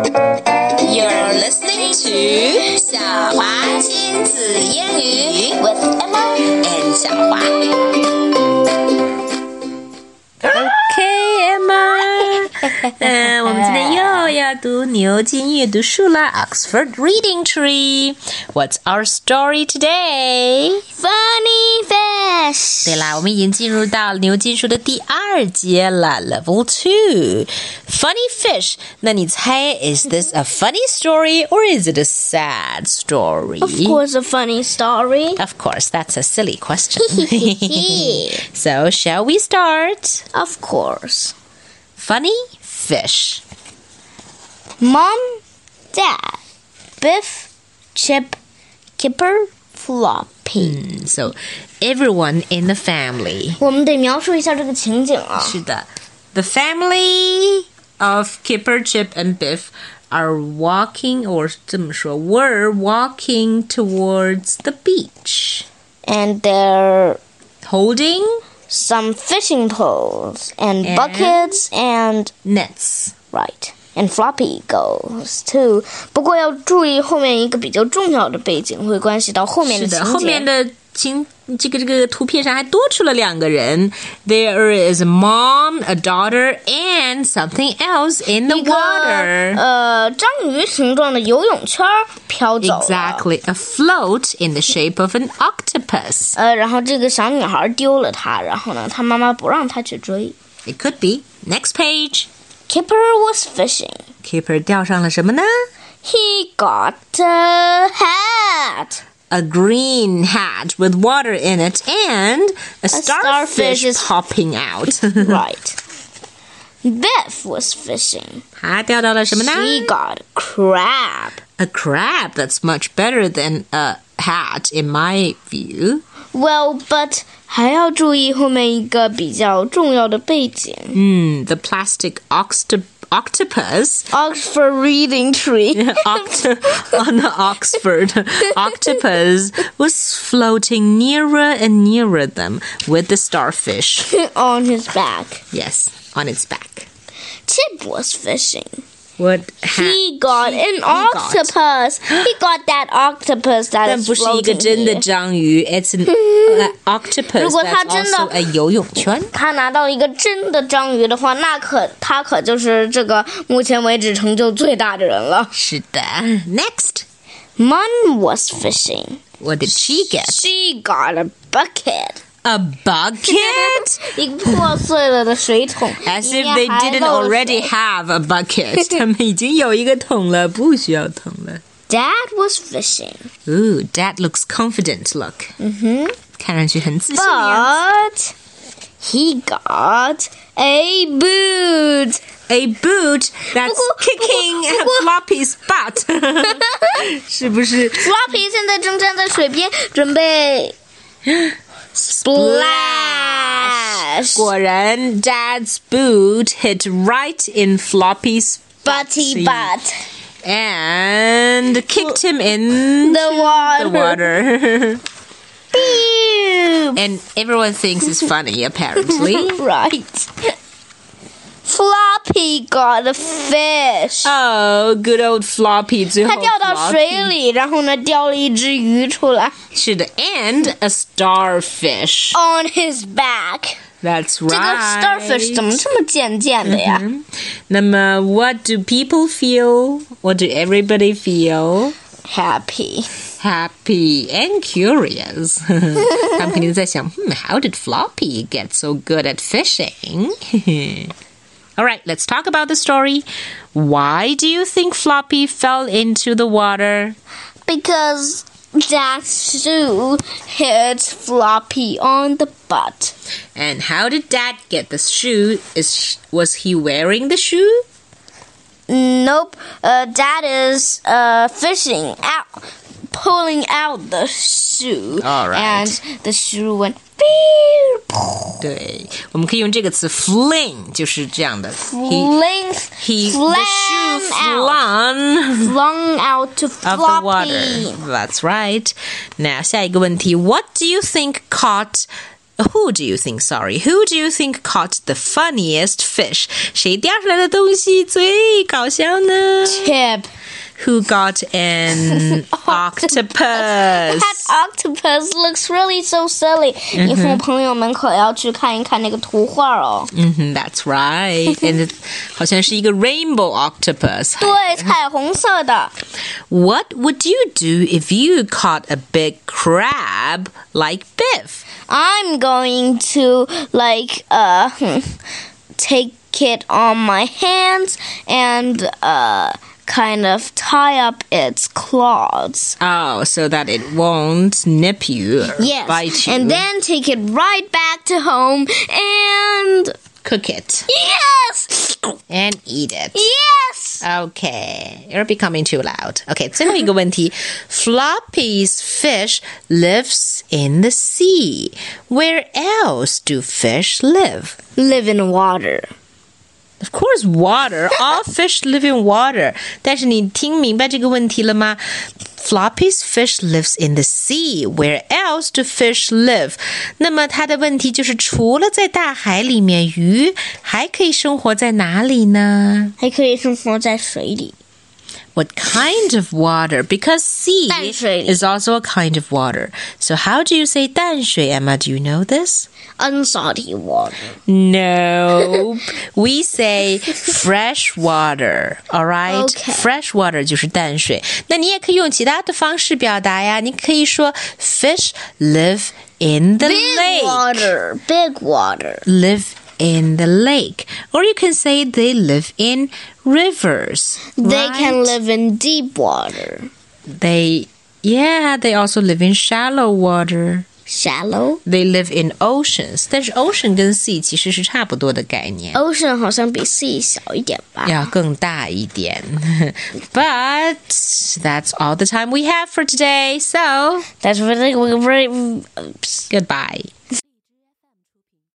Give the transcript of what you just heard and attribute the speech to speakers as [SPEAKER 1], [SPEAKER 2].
[SPEAKER 1] You're listening to 小华亲子英语 with Emma and 小华。
[SPEAKER 2] OK, Emma，嗯，我们今天又要读牛津阅读树啦，Oxford Reading Tree。What's our story today？
[SPEAKER 3] Funny fish.
[SPEAKER 2] 对啦，我们已经进入到牛津书的第二节了，Level Two。Funny fish，那你猜，Is this a funny story or is it a sad story？
[SPEAKER 3] Of course, a funny story.
[SPEAKER 2] Of course, that's a silly question. so, shall we start?
[SPEAKER 3] Of course.
[SPEAKER 2] Funny fish.
[SPEAKER 3] Mom, Dad, Biff, Chip, Kipper, Floppy.
[SPEAKER 2] Mm, So, everyone in the family.
[SPEAKER 3] 我们得描述一下这个情景啊。
[SPEAKER 2] 是的, the family of Kipper, Chip, and Biff are walking, or 这么说, were walking towards the beach,
[SPEAKER 3] And there are
[SPEAKER 2] holding
[SPEAKER 3] some fishing poles and
[SPEAKER 2] And?
[SPEAKER 3] buckets and
[SPEAKER 2] nets.
[SPEAKER 3] right. And Floppy goes too. 不过要注意后面一个比较重要的背景，会关系到后面的情节。
[SPEAKER 2] There is a mom, a daughter, and something else in the
[SPEAKER 3] 一个
[SPEAKER 2] water.
[SPEAKER 3] 呃，章鱼形状的游泳圈儿飘走了
[SPEAKER 2] Exactly, a float in the shape of an octopus.
[SPEAKER 3] 呃，然后这个小女孩丢了它，然后呢，她妈妈不让她去追。
[SPEAKER 2] It could be. Next page.
[SPEAKER 3] Kipper was fishing.
[SPEAKER 2] Keeper 钓上了什么呢?
[SPEAKER 3] He got a hat.
[SPEAKER 2] A green hat with water in it and a, starfish,
[SPEAKER 3] starfish is-
[SPEAKER 2] popping out.
[SPEAKER 3] Right. Biff was fishing.
[SPEAKER 2] 他钓到了什么呢?
[SPEAKER 3] He got crab.
[SPEAKER 2] a crab. That's much better than a hat, in my view.
[SPEAKER 3] Well, but 还要注意后面一个比较重要的背景。
[SPEAKER 2] Hmm, the plastic oxta- octopus.
[SPEAKER 3] Oxford Reading Tree.
[SPEAKER 2] Oct- on the Oxford octopus was floating nearer and nearer them with the starfish.
[SPEAKER 3] On his back.
[SPEAKER 2] Yes, on its back.
[SPEAKER 3] Chip was fishing.
[SPEAKER 2] What hat?
[SPEAKER 3] He got an
[SPEAKER 2] got.
[SPEAKER 3] octopus. He got that octopus that is floating here.
[SPEAKER 2] It's an uh, octopus.
[SPEAKER 3] 如果它真的
[SPEAKER 2] That's
[SPEAKER 3] -
[SPEAKER 2] also a 游泳圈.
[SPEAKER 3] 他拿到一个真的章鱼的话，那可他可就是这个目前为止成就最大的人了。
[SPEAKER 2] 是的. Next,
[SPEAKER 3] Mun was fishing.
[SPEAKER 2] what did she get?
[SPEAKER 3] She got a bucket.
[SPEAKER 2] A bucket?
[SPEAKER 3] 一个破碎了的水桶
[SPEAKER 2] As
[SPEAKER 3] 里
[SPEAKER 2] if
[SPEAKER 3] 面
[SPEAKER 2] they
[SPEAKER 3] 还
[SPEAKER 2] didn't
[SPEAKER 3] 漏
[SPEAKER 2] already
[SPEAKER 3] 水
[SPEAKER 2] have a bucket. 他们已经有一个桶了，不需要桶了。
[SPEAKER 3] Dad was fishing,
[SPEAKER 2] Ooh, Dad looks confident. Look. Mm-hmm.
[SPEAKER 3] but he got a boot.
[SPEAKER 2] A boot that's
[SPEAKER 3] 不过-
[SPEAKER 2] kicking
[SPEAKER 3] 不过-不过-
[SPEAKER 2] Floppy's butt. 是不是
[SPEAKER 3] Floppy 现在正站在水边，准备 splash.
[SPEAKER 2] 果然, Dad's boot hit right in Floppy's
[SPEAKER 3] Butty butt.
[SPEAKER 2] and kicked him in
[SPEAKER 3] The water.
[SPEAKER 2] the water.
[SPEAKER 3] Pew.
[SPEAKER 2] and everyone thinks it's funny, apparently.
[SPEAKER 3] right. Floppy got a fish.
[SPEAKER 2] Oh, good old Floppy.
[SPEAKER 3] 它掉到水
[SPEAKER 2] 最后
[SPEAKER 3] 里，然后呢，叼了一只鱼出来。
[SPEAKER 2] Floppy and a starfish.
[SPEAKER 3] On his back，、
[SPEAKER 2] That's
[SPEAKER 3] 这个 starfish
[SPEAKER 2] right.
[SPEAKER 3] 怎么这么贱贱的呀、
[SPEAKER 2] 那么 what do people feel? What do everybody feel?
[SPEAKER 3] h a p p y
[SPEAKER 2] Happy and curious. 他们肯定在想, hmm, how did Floppy get so good at fishing? All right, let's talk about the story. Why do you think Floppy fell into the water?
[SPEAKER 3] because that shoe hit Floppy on the butt.
[SPEAKER 2] And how did Dad get the shoe? Is was he wearing the shoe?
[SPEAKER 3] Nope, uh, that is uh, fishing out, pulling out the shoe,
[SPEAKER 2] All right.
[SPEAKER 3] and the shoe went. pew,
[SPEAKER 2] 对，我们可以用这个词 fling，就是这样的。He
[SPEAKER 3] Length
[SPEAKER 2] he
[SPEAKER 3] flung
[SPEAKER 2] the shoe
[SPEAKER 3] out,
[SPEAKER 2] flung
[SPEAKER 3] flung out to
[SPEAKER 2] of the
[SPEAKER 3] floppy.
[SPEAKER 2] water. That's right. Now, 下一个问题, what do you think caught Who do you think? Sorry, who do you think caught the funniest fish? 谁钓上来的东西最搞笑呢
[SPEAKER 3] Tip.
[SPEAKER 2] ？Who got an octopus?
[SPEAKER 3] That octopus looks really so silly.
[SPEAKER 2] Mm-hmm.
[SPEAKER 3] 以后朋友们可要去看一看那个图画哦。
[SPEAKER 2] 嗯哼，That's Mm-hmm, right. And it- 好像是一个 rainbow octopus.
[SPEAKER 3] 对，彩虹色的。
[SPEAKER 2] What would you do if you caught a big crab like Biff?
[SPEAKER 3] I'm going to like uh hmm, take it on my hands and uh kind of tie up its claws.
[SPEAKER 2] Oh, so that it won't nip you or
[SPEAKER 3] Yes.
[SPEAKER 2] bite you.
[SPEAKER 3] And then take it right back to home and
[SPEAKER 2] cook it
[SPEAKER 3] yes.
[SPEAKER 2] and eat it.
[SPEAKER 3] Yes.
[SPEAKER 2] Okay, you're becoming too loud. Okay, 最后一个问题，Floppy's fish lives in the sea. Where else do fish live?
[SPEAKER 3] Live in water.
[SPEAKER 2] Of course, water. All fish live in water. 但是你听明白这个问题了吗？Floppy's fish lives in the sea. Where else do fish live? 那么它的问题就是，除了在大海里面，鱼还可以生活在哪里呢
[SPEAKER 3] 还可以生活在水里。
[SPEAKER 2] ？What kind of water? Because sea
[SPEAKER 3] 淡水里。
[SPEAKER 2] is also a kind of water. So how do you say 淡水？Emma, do you know this?
[SPEAKER 3] Unsalty water.
[SPEAKER 2] No, we say fresh water. All right,
[SPEAKER 3] Okay.
[SPEAKER 2] fresh water 就是淡水。那你也可以用其他的方式表达呀。你可以说 fish live in the
[SPEAKER 3] Big
[SPEAKER 2] lake,
[SPEAKER 3] water. Big water.
[SPEAKER 2] live in the lake, or you can say they live in rivers.
[SPEAKER 3] They can
[SPEAKER 2] right?
[SPEAKER 3] live in deep water.
[SPEAKER 2] They yeah, they also live in shallow water.
[SPEAKER 3] Shallow.
[SPEAKER 2] They live in oceans. 但是 ocean 跟 sea 其实是差不多的概念。
[SPEAKER 3] Ocean 好像比 sea 小一点吧。
[SPEAKER 2] 要更大一点。But that's all the time we have for today. So
[SPEAKER 3] That's really, really, really
[SPEAKER 2] goodbye.